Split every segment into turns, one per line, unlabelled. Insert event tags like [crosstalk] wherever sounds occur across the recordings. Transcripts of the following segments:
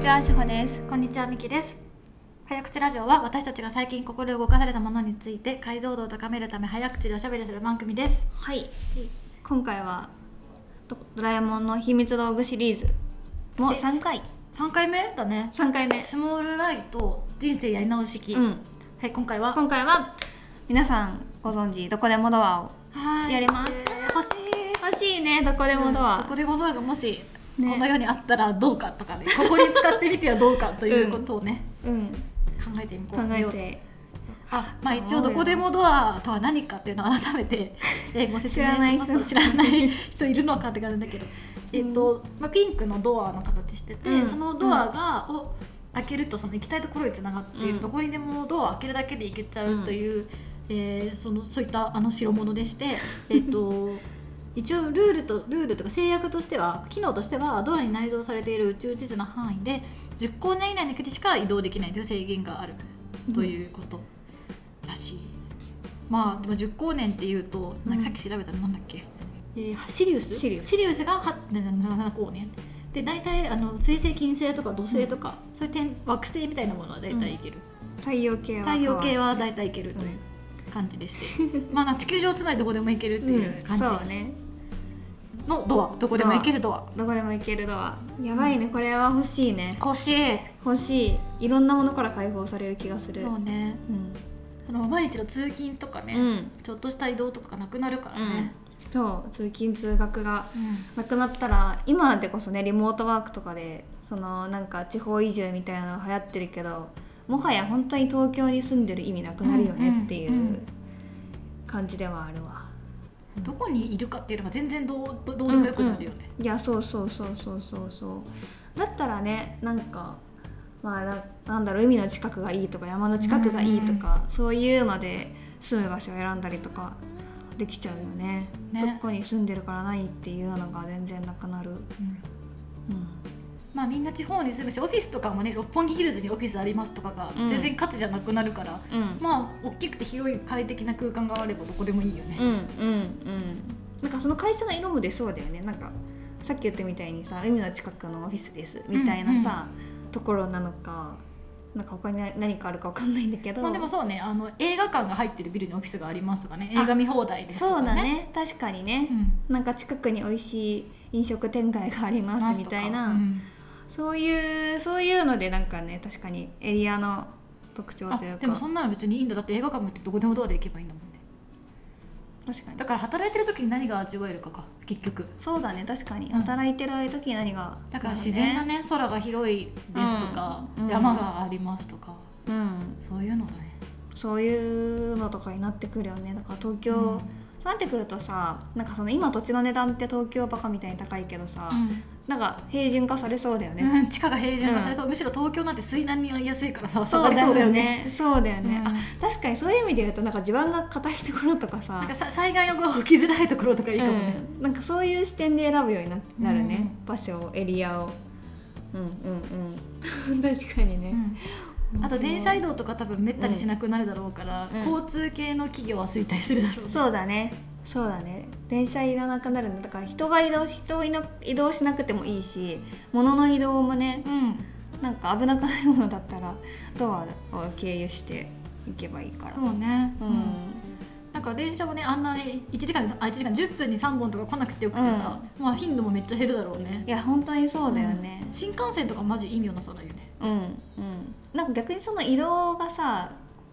ちは、しほです。
こんにちはみきです早口ラジオは私たちが最近心動かされたものについて解像度を高めるため早口でおしゃべりする番組です
はい、今回はドドラえもんの秘密道具シリーズも
です
3回
3回目だね
3回目、
スモールライト人生やり直し期、
うん、
はい今回は
今回は皆さんご存知どこでもドアを
は
やります
えー欲しい
欲しいねどこでもド
うん
ア
どこ、でもドアがもし、
ね
この世にあったらどうかとかねここに使ってみてはどうかということをね、
うん、
考えてみこ
考
う
えて
あまあ一応どこでもドアとは何かっていうのを改め [laughs] てえーご説明しますと知
知
らない人いるのかって感じだけど、えっとまあ、ピンクのドアの形してて、
うん
そのドアが、を開けるとその行きたいところにつながっている、
うん
どこにでもドアを開けるだけで行けちゃうという、えーそのそういったあの代物でして、えっと [laughs] 一応ルールとルールとか制約としては機能としてはドアに内蔵されている宇宙地図の範囲で10光年以内にしか移動できないという制限があるということらしい、まあでも10光年っていうとなんかさっき調べたのなんだっけ、えーシリウス
シリウス
が8.77光年で大体あの水星金星とか土星とか、そういう点惑星みたいなものは大体いける、
太陽系は
太陽系は大体いけるという感じでして、まあな地球上つまりどこでも行けるっていう感じ
そうね
のドア、どこでも行けるドア
どこでも行けるドアやばいねこれは欲しいね
欲しい
欲しいいろんなものから解放される気がする
そうね
うん、
あの毎日の通勤とかね、
うん
ちょっとした移動とかがなくなるからね、
そう通勤通学がなくなったら今でこそねリモートワークとかでそのなんか地方移住みたいなの流行ってるけどもはや本当に東京に住んでる意味なくなるよねってい
んうんう
うん感じではあるわ、
どこにいるかっていうのが全然どうどどうでもよくなるよね、
いやそうそうそうそうそうそうだったらねなんかまあななんだろう海の近くがいいとか山の近くがいいとか、そういうので住む場所を選んだりとかできちゃうよね
ね
どこに住んでるからないっていうのが全然なくなる、
うん
うん、
まあみんな地方に住むしオフィスとかもね六本木ヒルズにオフィスありますとかが
うん
全然価値じゃなくなるから、
うん
まあ大きくて広い快適な空間があればどこでもいいよね、
うんうんうんなんかその会社の色も出そうだよねなんかさっき言ったみたいにさ海の近くのオフィスですみたいなさ、ところなのかなんか他に何何かあるかわかんないんだけど、
まあでもそうねあの映画館が入ってるビルにオフィスがありますとかね映画見放題ですと
そ
か
う
ね
だね確かにね
う、ん
なんか近くに美味しい飲食店街がありますみたいな、
うん
そういうそういうのでなんかね確かにエリアの特徴
あ
というか
でもそんなの別にいいんだだって映画館もってどこでもドアで行けばいいんだもんね
確かに
だから働いてる時に何が味わえるかか結局
そうだね確かに、
うん
働いてる時に何が
だから自然な
ね
ね空が広いですとか、
うん
山がありますとか
うん
そういうのがね
そういうのとかになってくるよねだから東京、
うん
そうなってくるとさなんかその今土地の値段って東京バカみたいに高いけどさ、なんか平準化されそうだよね、
うん、地下が平準化されそう、むしろ東京なんて水難に遭いやすいからさ
そうだ
そ
よ
うだよね
ねそうだよね、
うん
あ確かにそういう意味で言うとなんか地盤が硬いところとかさ
なんかさ災害の起きづらいところとかいいかもね、
うん、なんかそういう視点で選ぶようにななるね、
う
場所をエリアをうんうんうん [laughs] 確かにね、
うんあと電車移動とか多分めったにしなくなるだろうから、
うん
交通系の企業は衰退するだろうし、
そうだねそうだね電車いらなくなるのだから人が移動人をいの移動しなくてもいいし物の移動もね
うん
なんか危なくないものだったらドアを経由していけばいいから
そうね、
う、
うんんなんか電車もねあんなね1時間にあ1時間10分に3本とか来なくてよくてさ、まあ頻度もめっちゃ減るだろうね
いや本当にそうだよね、
新幹線とかマジ意味をなさないよね
うんうん、なんか逆にその移動がさ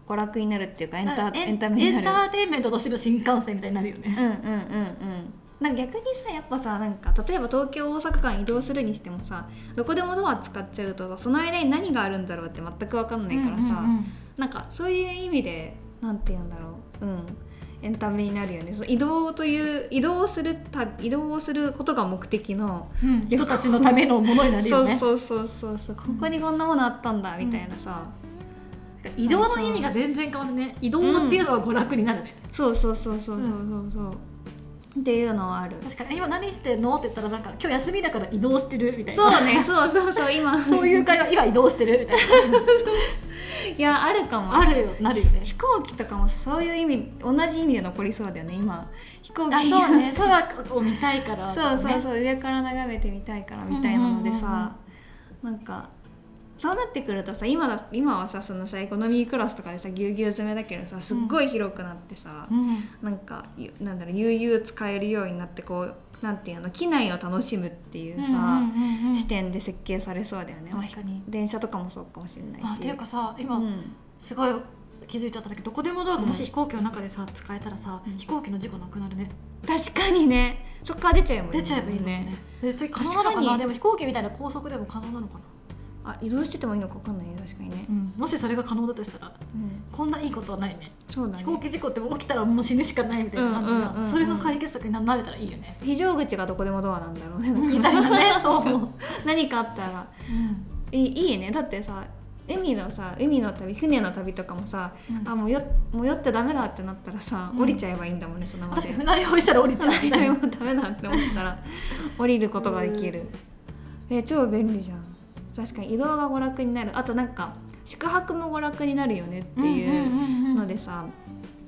娯楽になるっていうかエンタ
なんか
エンタメにな
エン
る
ターテインメントとしての新幹線みたいになるよね、
うんうんうんうんなんか逆にさやっぱさなんか例えば東京大阪間移動するにしてもさどこでもドア使っちゃうとさその間に何があるんだろうって全く分かんないからさ、
うんうんうん
なんかそういう意味でなんて言うんだろううんエンタメになるよねその移動という移動をするた移動をすることが目的の
うん、人たちのためのものになる
そ
よ
う
ね
そうそうそうそうここにこんなものあったんだみたいなさ、
移動の意味が全然変わるね移動っていうのは娯楽になるね、
そうそうそうそうそうそうそう、っていうのはある
確かにえ「今何してんの?」って言ったらなんか「今日休みだから移動してる」みたいな
そうねそうそうそう今
そういう会話今移動してるみたい
いやあるかも
なあるよなるよね
飛行機とかもそういう意味同じ意味で残りそうだよね今飛行機
あそうね空を見たいからと
そ
か
う
ね
そうそう上から眺めてみたいからみたいなので
うんうんうんうん
さ、なんかそうなってくるとさ今だ今はさそのさエコノミークラスとかでさぎゅうぎゅう詰めだけどさすっごい広くなってさ、
うん
なんかゆなんだろう悠々使えるようになってこうなんていうの機内を楽しむっていうさ、視点で設計されそうだよね
確かに
まあ電車とかもそうかもしれないし
あっていうかさ今、
うん
すごい気づいちゃったんだけどどこでもドアがも
う
し
ん
飛行機の中でさ使えたらさ、
うん
飛行機の事故なくなるね
確かにねそっから出ちゃえばいいもん
出ちゃえばいいのねでそれ可能なのか
確か
な
に
でも飛行機みたいな高速でも可能なのかな、
あ移動しててもいいのか分かんないね確かにね、
もしそれが可能だとしたら
うん、
こんないいことはないね
そうだね
飛行機事故ってもう起きたらもう死ぬしかないみたいな感じじゃん,、
うんうんうんうん
それの解決策になれたらいいよね
非常口がどこでもドアなんだろうね
みたいなね [laughs] そう思う、
何かあったらいいいいねだってさ海のさ海の旅船の旅とかもさあ
あ
もうよもう酔ってダメだってなったらさ、
うん
降りちゃえばいいんだもんねそのまま
確かに船酔いしたら降りちゃうみたいな
もうダメだって思ったら降りることができる、え超便利じゃん確かに移動が娯楽になるあとなんか宿泊も娯楽になるよねっていうのでさ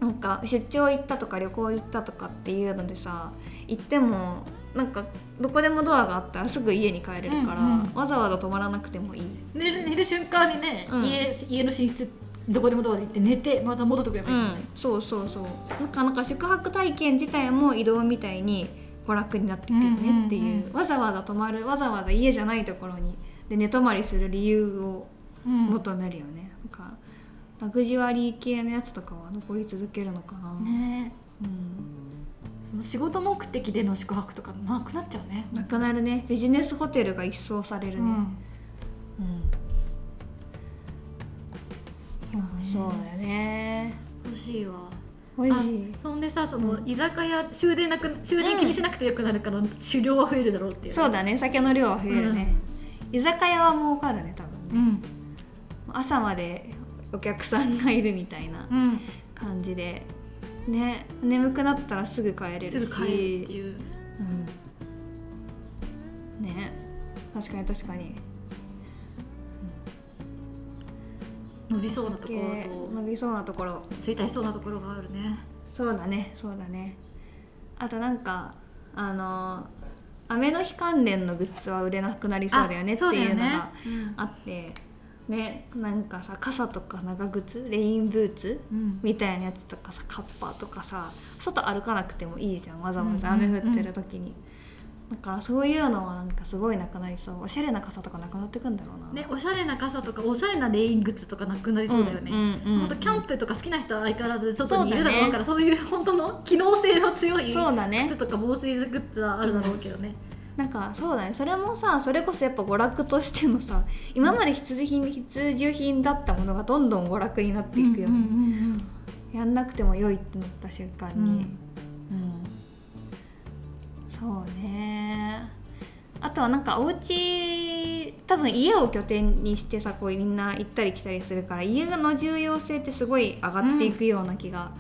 なんか出張行ったとか旅行行ったとかっていうのでさ行ってもなんかどこでもドアがあったらすぐ家に帰れるから、
うんうん
わざわざ泊まらなくてもいい
寝る寝る瞬間にね、
うん
家家の寝室どこでもドアで行って寝てまた戻ってくればいい、
そうそうそうなんかなんか宿泊体験自体も移動みたいに娯楽になってくるねっていう,、
うんうんうん
わざわざ泊まるわざわざ家じゃないところにで寝泊まりする理由を
もっと
求めるよね、なんかラグジュアリー系のやつとかは残り続けるのかな、
ね
うん、
その仕事目的での宿泊とかなくなっちゃうね
なくなるねビジネスホテルが一掃されるね、
うん
そうだよね
欲しいわ
美味しい
あそんでさその、
うん
居酒屋終電なく終電気にしなくてよくなるから、狩猟は増えるだろうっていう
そうだね酒の量は増えるね、居酒屋は儲かるね多分ね
うん
朝までお客さんがいるみたいな
うん
感じでね眠くなったらすぐ帰れるし
すぐ帰るっていう
うん、ね確かに確かに
伸びそうなところ
伸びそうなところ
と衰退そうなところがあるね
そうだねそうだねあとなんかあの雨の日関連のグッズは売れなくなりそうだよねっていうのが
そうだよね
あってねなんかさ傘とか長靴レインブーツ
うん
みたいなやつとかさカッパとかさ外歩かなくてもいいじゃんわざわざ
うんう
雨
んうん
降ってる時に、だからそういうのはなんかすごいなくなりそうおしゃれな傘とかなくなってくんだろうな
ね、おしゃれな傘とかおしゃれなレイングッズとかなくなりそうだよね、
うんうんうん
ほんとキャンプとか好きな人は相変わらず外にいるだろうからそう,、いう本当の機能性の強い
そうだね
靴とか防水グッズはあるだろうけどね、
なんかそうだねそれもさそれこそやっぱ娯楽としてのさ今まで必需品必需品だったものがどんどん娯楽になっていくよ、やんなくても良いってなった瞬間に、うんそうねあとはなんかお家多分家を拠点にしてさこうみんな行ったり来たりするから家の重要性ってすごい上がっていくような気が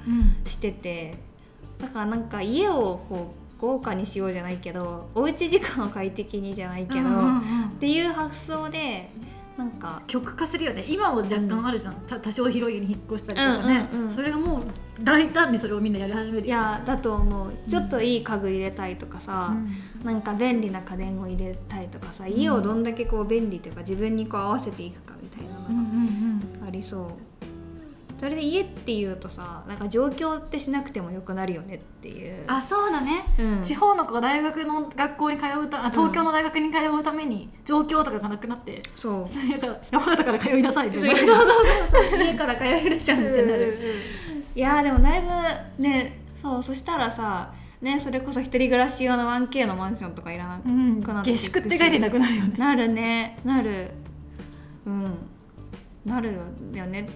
してて、だからなんか家をこう豪華にしようじゃないけどおうち時間を快適にじゃないけど、
うんうんうん
っていう発想でなんか
極化するよね今も若干あるじゃん、た多少広い家に引っ越したりとかね、
うんうんうん
それがもう大胆にそれをみんなやり始める
いやだと思うちょっといい家具入れたいとかさ、
うん
なんか便利な家電を入れたいとかさ
ん
家をどんだけこう便利というか自分にこう合わせていくかみたいな
うんう
の
ん
がありそうそれで家っていうとさなんか上京ってしなくてもよくなるよねっていう
うん、あそうだね
うん、
地方の子が大学の学校に通うたあ東京の大学に通うために上京とかがなくなって、
そう
それから山形から通いなさいって
そうそうそうそう家から通えるじゃんってなるいやーでもだいぶねそうそしたらさねそれこそ一人暮らし用の 1K のマンションとかいらなく
うん
なってい
下
く
宿って書いてなくなるよね
なるねなるうんなるよね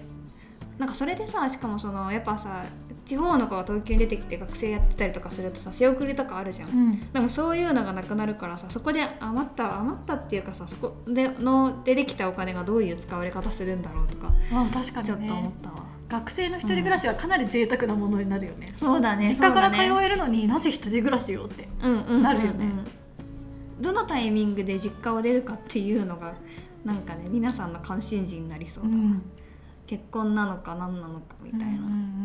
なんかそれでさしかもそのやっぱさ地方の子が東京に出てきて学生やってたりとかするとさ仕送りとかあるじゃん、
うん
でもそういうのがなくなるからさそこで余った余ったっていうかさそこでの出てきたお金がどういう使われ方するんだろうとか
あ確か
ちょっ
に
と思っ
ね
たわ、
学生の一人暮らしはかなり贅沢なものになるよね、
そうだ
実家から通
う
えるのになぜ一人暮らしよって
うんうんうんうん
なるよね
どのタイミングで実家を出るかっていうのがなんかね皆さんの関心事になりそうだな、結婚なのか何なのかみたいな、
う
うん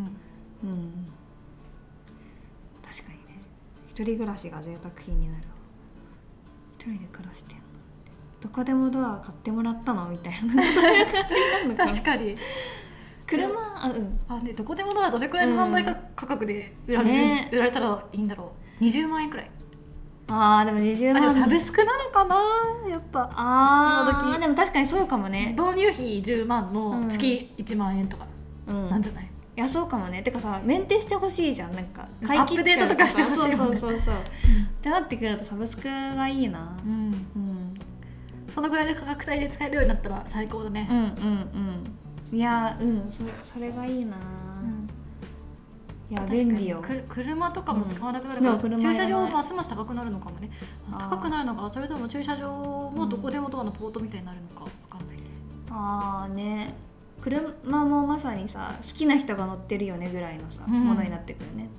ん
うん
確かにね一人暮らしが贅沢品になるわ一人で暮らしてんのってどこでもドア買ってもらったのみたいなそういう感じ [laughs] になるのかな
確かに
車あうん
あ、ね、どこでもドアどれくらいの販売価価格で売られる、
ね
売られたらいいんだろう20万円くらい
あーでも20
あでも
万
サブスクなのかなやっぱ
あ
今
ー
時
でも確かにそうかもね、
導入費10万の月1万円とか
うん、
なんじゃない、
いやそうかもねてかさメンテしてほしいじゃんなんか買い切っちゃ
アップデー
う
トとかしてほしい
そ
もん
う
ね
そうそうそうってなってくるとサブスクがいいな
うん
うん
そのぐらいの価格帯で使えるようになったら最高だね
う、んうんうんいやうんそそれがいいな、
うん
いや
確かに
便利よ
くる車とかも使わなくなる
うん
か
で
ら、
も車
駐
いらな
車
い
場ますます高くなるのかもね
あー
高くなるのかそれとも駐車場もどこでもドアのポートみたいになるのかわかんないけど
ああね車もまさにさ好きな人が乗ってるよねぐらいのさ、
うん
ものになってくるね、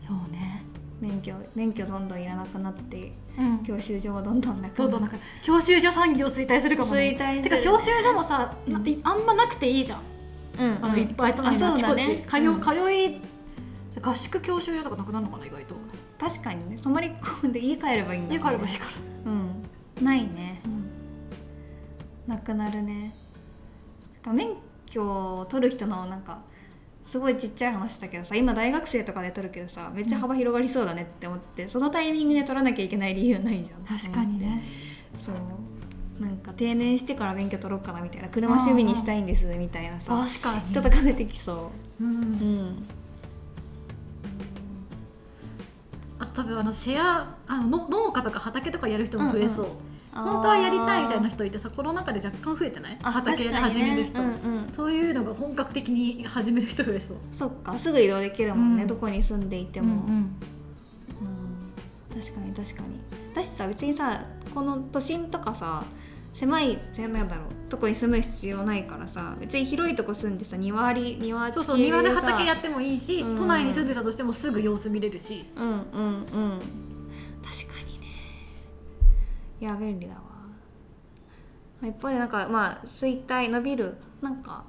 そうね
うん、免許免許どんどんいらなくなって
うん
教習所もどんどんなく
どんどんなんか教習所産業衰退するかもね
衰退する
てか教習所もさ、なあんまなくていいじゃん、
うんうん
あのいっぱい都内のあ
あ
ち
そ
こ
う
ち、
だね
通
うん
う通い合宿教習所とかなくなるのかな意外と
確かにね泊まり込んで家帰ればいいんだ
家
もん
帰
ね
ればいいから、
うんないねなくなるねなんか免許を取る人のなんかすごいちっちゃい話だけどさ今大学生とかで取るけどさめっちゃ幅広がりそうだねって思ってそのタイミングで取らなきゃいけない理由ないじゃん
確かにね、
そうなんか定年してから免許取ろうかなみたいな車趣味にしたいんですみたいなさ
確かに、
人とか出てきそうう、うんん、
あと多分あのシェアあのの農家とか畑とかやる人も増えそう、
うん
本当はやりたいみたいな人いてさコロナ禍で若干増えてない
あーあ
畑で始める人、
確かにねうんうん
そういうのが本格的に始める人増えそう
そっかすぐ移動できるもんね、
うん
どこに住んでいて
で
も、うん確かに確かに私さ別にさこの都心とかさ狭い狭いなんだろうとこに住む必要ないからさ別に広いとこ住んでさ庭あり庭
そ
付
うそう
きさ
庭で畑やってもいいし、
うん
都内に住んでたとしてもすぐ様子見れるし
うんうんうん確かにねいや便利だわ一方でなんかまあ衰退伸びるなんか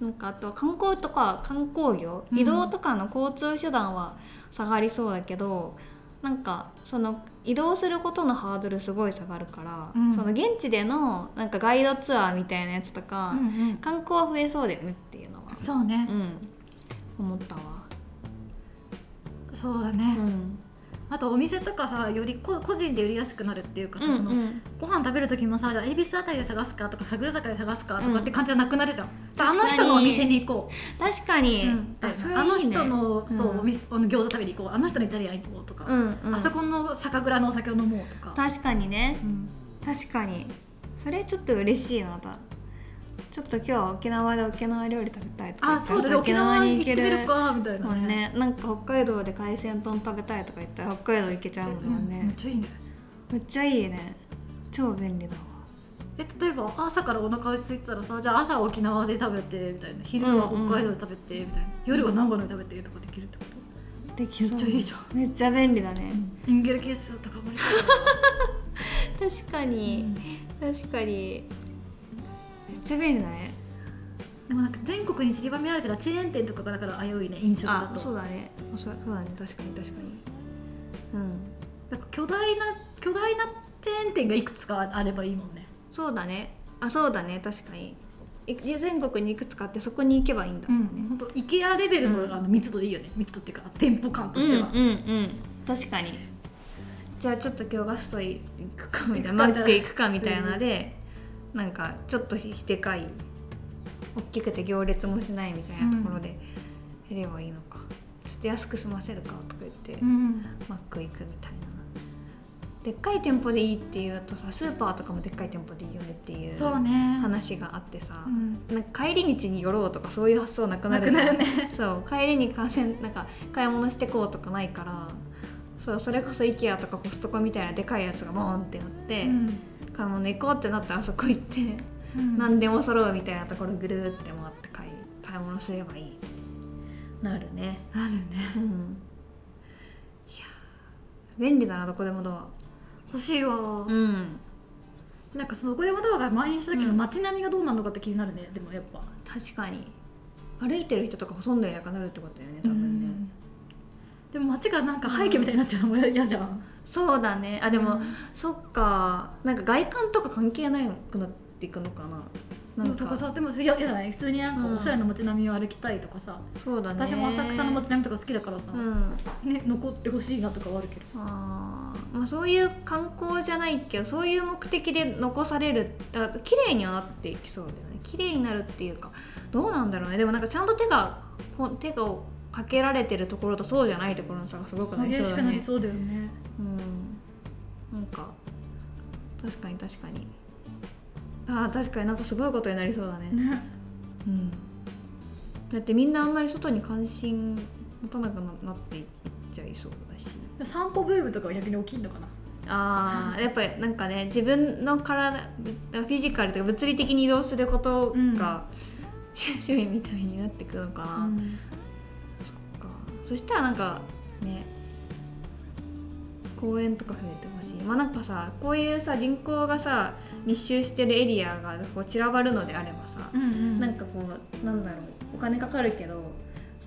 なんかあとは観光とか観光業
うん
移動とかの交通手段は下がりそうだけど、なんかその移動することのハードルすごい下がるから、
うん
その現地でのなんかガイドツアーみたいなやつとか、観光は増えそうだよねっていうのは、
そうね
う、ん、思ったわ。
そうだね、
ん
あとお店とかさよりこ個人で売りやすくなるっていうかさ、その
ん
ご飯食べる時もさじゃあ恵比寿あたりで探すかとか神楽坂で探すかと
うん
かって感じじゃなくなるじゃん、あ
確
の
かに
人のお店に行こ
確か
う、
に、
あ
それ
あの
いいね
人のそう、
うん
お店あの餃子食べに行こうあの人のイタリアン行こうとか、
うんうん
あそこの酒蔵のお酒を飲もうとか、
確かにね
うん
確かにそれちょっと嬉しいなだちょっと今日は沖縄で沖縄料理食べたいとか
あ
言った
そう
ら
だ
さ
ね沖縄に行ってみるかみたい
も
なん
ねなんか北海道で海鮮丼食べたいとか言ったら北海道行けちゃうもんね、
うんめっちゃいいね
めっちゃいいね超便利だわ
え例えば朝からお腹空いてたらさじゃあ朝は沖縄で食べてみたいな昼は北海道で食べてみたいな、夜は長野で食べてとかできるってこと
できそう
めっちゃいいじゃ
めっちゃ便利だね、
インゲル係数高まりた
確かに、確かにめっちゃ便利だね
でもなんか全国に散りばめられてるチェーン店とかがだから危ういね飲食だ
あ
と
そうだねあそうそうだね確かに確かにうん
なんか巨大な巨大なチェーン店がいくつかあればいいもんね
そうだねあそうだね確かにい全国にいくつかあってそこに行けばいいんだもんね、
本当 IKEA レベルの,、
うん
あの密度でいいよね密度っていうか店舗感と
うん、
し
うん
て
う
は、
ん確かにじゃあちょっと今日ガスト行くかみたいなマ
行くか
ック行くかみたいなで、なんかちょっとでかい大きくて行列もしないみたいなところでやればいいのか、ちょっと安く済ませるかとか言って、マック行くみたいなでっかい店舗でいいっていうとさスーパーとかもでっかい店舗でいいよねっていう
そうね、
話があってさ、
うん
なんか帰り道に寄ろうとかそういう発想なくなるじゃん
なくな
そう帰りに感染なんか買い物してこうとかないからそうそれこそ IKEA とかコストコみたいなでかいやつがボーンってなって、買い物行こうってなったらあそこ行って、
うん
何でも揃うみたいなところぐるーって回って買い買い物すればいいなるね
あるね
うんいやー便利だなどこでもドア
欲しいわ、
うん
なんかそのどこでもドアが蔓延した時の
うん
街並みがどうなるのかって気になるねでもやっぱ
確かに歩いてる人とかほとんどいなくなるってことだよね多
う
分ね、
んでも街がなんか廃墟みたいになっちゃうのも嫌じゃん
そうだねあでも、
うん
そっかなんか外観とか関係ないくなっていくのかな
で
な
も
ん
と
か
かさでもいやいやじゃない普通になん
うん
かおしゃれな街並みを歩きたいとかさ、
そうだね
私も浅草の街並みとか好きだからさ、
うん
ね、残ってほしいなとかはあるけど
あーまあ、そういう観光じゃないけどそういう目的で残されるだから綺麗にはなっていきそうだよね綺麗になるっていうかどうなんだろうねでもなんかちゃんと手がこう手をかけられてるところとそうじゃないところの差がすごくなりそ
激
う
し
だ
くなり
ね
そうだよね
うんなんか確かに確かにあー確かになんかすごいことになりそうだね
ね
うんだってみんなあんまり外に関心持たなくななっていっちゃいそうだし
散歩ブームとかは逆に起きんのかな
あーやっぱりなんかね自分の体フィジカルとか物理的に移動することが、
うん
趣趣味みたいになってくのかな、
うん
かそしたらなんかね公園とか増えてほしいまあなんかさこういうさ人口がさ密集してるエリアがこう散らばるのであればさ、
うんうん
なんかこうなんだろうお金かかるけど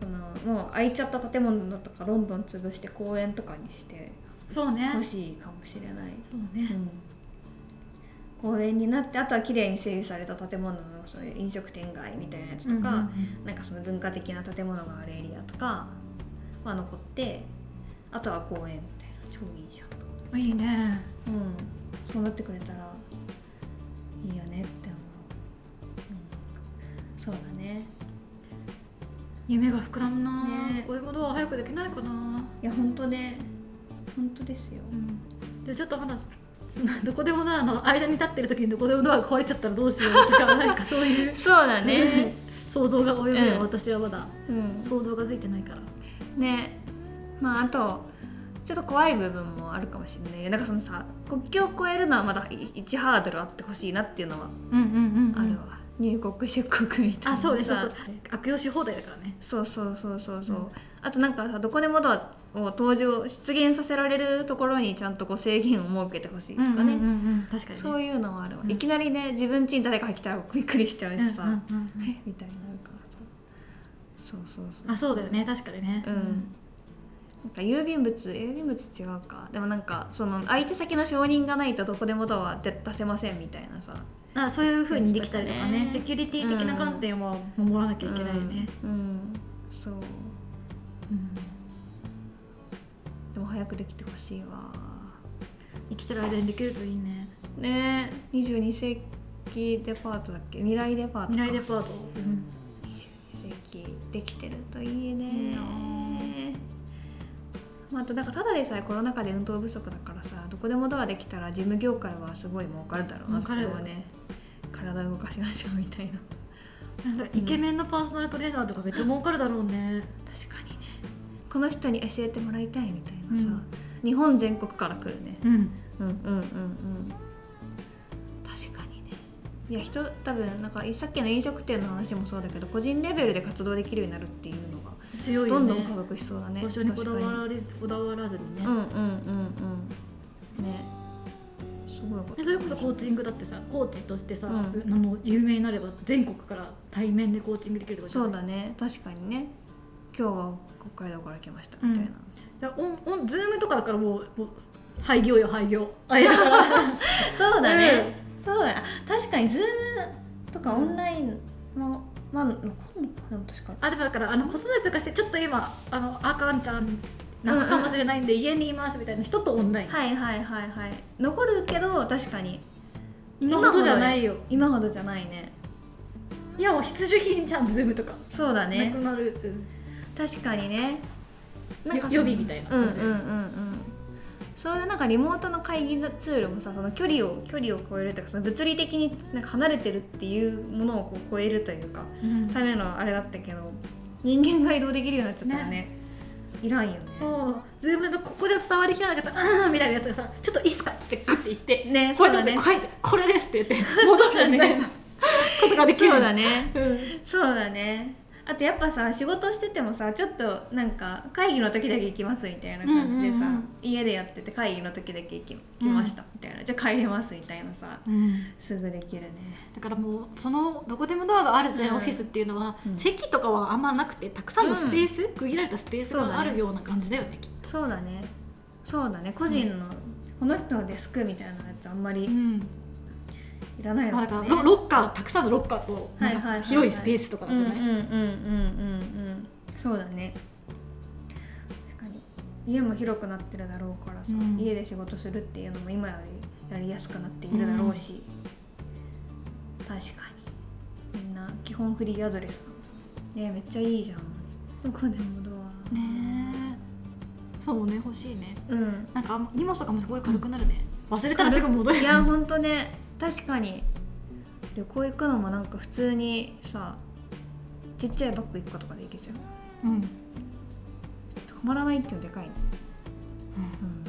そのもう空いちゃった建物とかどんどん潰して公園とかにして
そうね
ほしいかもしれない、
そうね
うん公園になってあとは綺麗に整備された建物のそういう飲食店街みたいなやつとか、なんかその文化的な建物があるエリアとかは残ってあとは公園みたいな超いいじゃん
うんいいね
うんそうなってくれたらいいよねって思う、うん、そうだね
夢が膨らむな、
ね
こういうことは早くできないかな、
いや本当ね本当ですよ
でちょっとまだそのどこでもドアの間に立ってる時にどこでもドアが壊れちゃったらどうしようとかなん [laughs] かそういう
そうだ
想像が及ぶよ、
うん
私はまだ
[laughs] うん
想像がついてないから
ねまああとちょっと怖い部分もあるかもしれないなんかそのさ国境を越えるのはまだ1ハードルあってほしいなっていうのは
うんうんうん、
あるわ、入国出国みたいな
あ
さ
そうですそうそう悪用し放題だからね
そうそうそうそうそう、
うん
あとなんかさどこでもドアを登場出現させられるところにちゃんとこう制限を設けてほしいとかね、
確かにね
そういうのもあるわ、
うん
いきなりね自分家に誰か来たらびっくりしちゃうしさ、
うんうんうん
[laughs] えみたいになるからさそうそうそう
あそうだよね確かにね
うんなんか郵便物郵便物違うかでもなんかその相手先の承認がないとどこでもドアは出せませんみたいなさ
あそういうふうにできたりとかね
そうだね
セキュリティ的な観点は守らなきゃいけないよね、
うん、うんそう
うん
でも早くできてほしいわ
生きてる間にできるといいね
ねえ22世紀デパートだっけ未来デパートか
未来デパート、うん
22世紀できてるといいね
いいな
まあ、あとなんかただでさえコロナ禍で運動不足だからさどこでもドアできたら事務業界はすごい儲かるだろうな
儲かるよ
これはね体動かしましょうみたいな
なんかイケメンのパーソナルトレーナーとかめっちゃ儲かるだろうね。
確かにねこの人に教えてもらいたいみたいなさ、
うん
日本全国から来るね
うん。
うんうんうんうん確かにねいや人多分なんかさっきの飲食店の話もそうだけど個人レベルで活動できるようになるっていうのが
強い
ど
よ
ん
ね。
どん加速しそうだね
場所にこだ
確か
わらずこだわらずにね。
にうんうんうんうんねすごいこ
でそれこそコーチングだってさコーチとしてさ、
うん
あの有名になれば全国から対面でコーチングできるとかじゃ
そ
ないう
だね確かにね今日は北海道から来ましたみたいな、
だからオンオンズームとかだからもうもう廃業よ
[laughs]
廃業あいや
そうだ
ね、
そうだ確かにズームと
かオン
ラインのまあ残るのかな確か
あでもだからあの子育てとかしてちょっと今あのあかんちゃん泣くかもしれないんで、家にいますみたいな人とオンライン、
はいはいはいはい残るけど確かに
今ほどじゃないよ
今ほどじゃないね
いやもう必需品じゃんズームとか、
そうだ
な
ね
くなる、うん
確かにね
よ
その
予備みたいな
うんうんう
感
ん
じ
うんそういうなんかリモートの会議のツールもさその距離を距離を超えるというかその物理的になんか離れてるっていうものをこう超えるというか
うん
ためのあれだったけど人間が移動できるようになっちゃったらねいらんよ
[laughs]
ね
そう、ズームのここじゃ伝わりきらなかった、あーみたいなやつがさ、ちょっといいっすかっつって、グッて言って、
ねそ
こ
う
うや
だ
って
ね
こうやって、これですって言って、戻るみたいなことができる。
そうだね
うん
[laughs] そうだねあとやっぱさ仕事しててもさちょっとなんか会議の時だけ行きますみたいな感じでさ、
うんうんうん
家でやってて会議の時だけ行き行きましたみたいな、じゃあ帰れますみたいなさすぐできるね
だからもうそのどこでもドアがある時代の
うん
オフィスっていうのは、
うん
席とかはあんまなくてたくさんのスペース、区切られたスペース
そうだ
が
ね
あるような感じだよねきっ
そうだねそうだね個人の、この人のデスクみたいなやつあんまり
うん
いらない
まあ、だ
の
か
か、
ら
ね
ロロッカーたくさんのロッカーとなん
はいはいはいは
か
い
広いスペースとかだ
うん
と
うんうんうんうん
ね
うんそうだね確かに家も広くなってるだろうからさ、
うん
家で仕事するっていうのも今よりやりやすくなっているだろうし、確かにみんな基本フリーアドレスなのねめっちゃいいじゃんどこでもドア
ねえそうね欲しいね
うん
なんかあんま荷物とかもすごい軽くなるね、忘れたらすぐ戻る
いやほんとね確かに旅行行くのもなんか普通にさちっちゃいバッグ1個とかで行けちゃう
うん、うん
止まらないっていうのでかいね、うん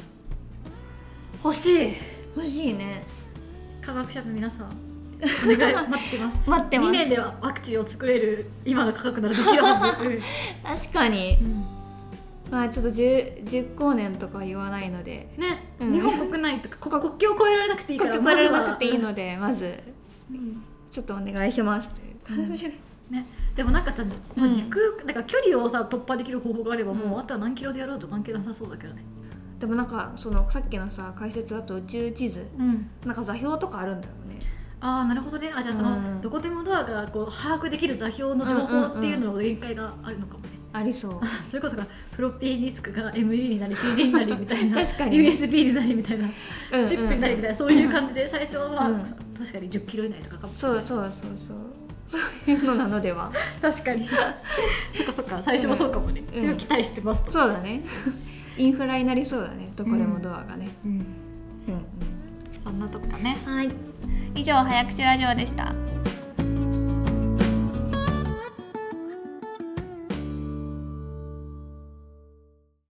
欲しい
欲しいね
科学者の皆さんお願い待ってます
待ってます
2年で [laughs] はワクチンを作れる今の価格ならできるは [laughs] ず、
確かに
うん
まあちょっと 10, 10光年とかは言わないので
ね、
うん
日本国内とか国国境を越えられなくていい
こ
か
れ
ら
られ
まず
な
は
くていいのでまず
うん
ちょっとお願いしますっていう感じで、
ね、でもなんかさ、ま
う
あ、
ん
時空、なんか距離をさ突破できる方法があればもう、
うん
あとは何キロでやろうと関係なさそうだけどね
でもなんかそのさっきのさ解説だと宇宙地図
うん
なんか座標とかあるんだろうね
ああなるほどねあじゃあその、
うん
どこでもドアがこう把握できる座標の情報っていうのの限界があるのかもね、
ありそう
それこそがフロッピーディスクが MU になり CD になりみたいな
[laughs] 確かにね
USB になりみたいな
うんうんうん
[laughs] チップになりみたいなそういう感じで最初は、
うん
確かに10キロ以内とかかも
そうそうそうそうそういうのなのでは
確かに [laughs] そっかそっか最初もそうかもね、
うん
それを期待してますと、
そうだねインフラになりそうだねどこでもドアがね、うんうん
そんなとこかね
はい以上早口ラジオでした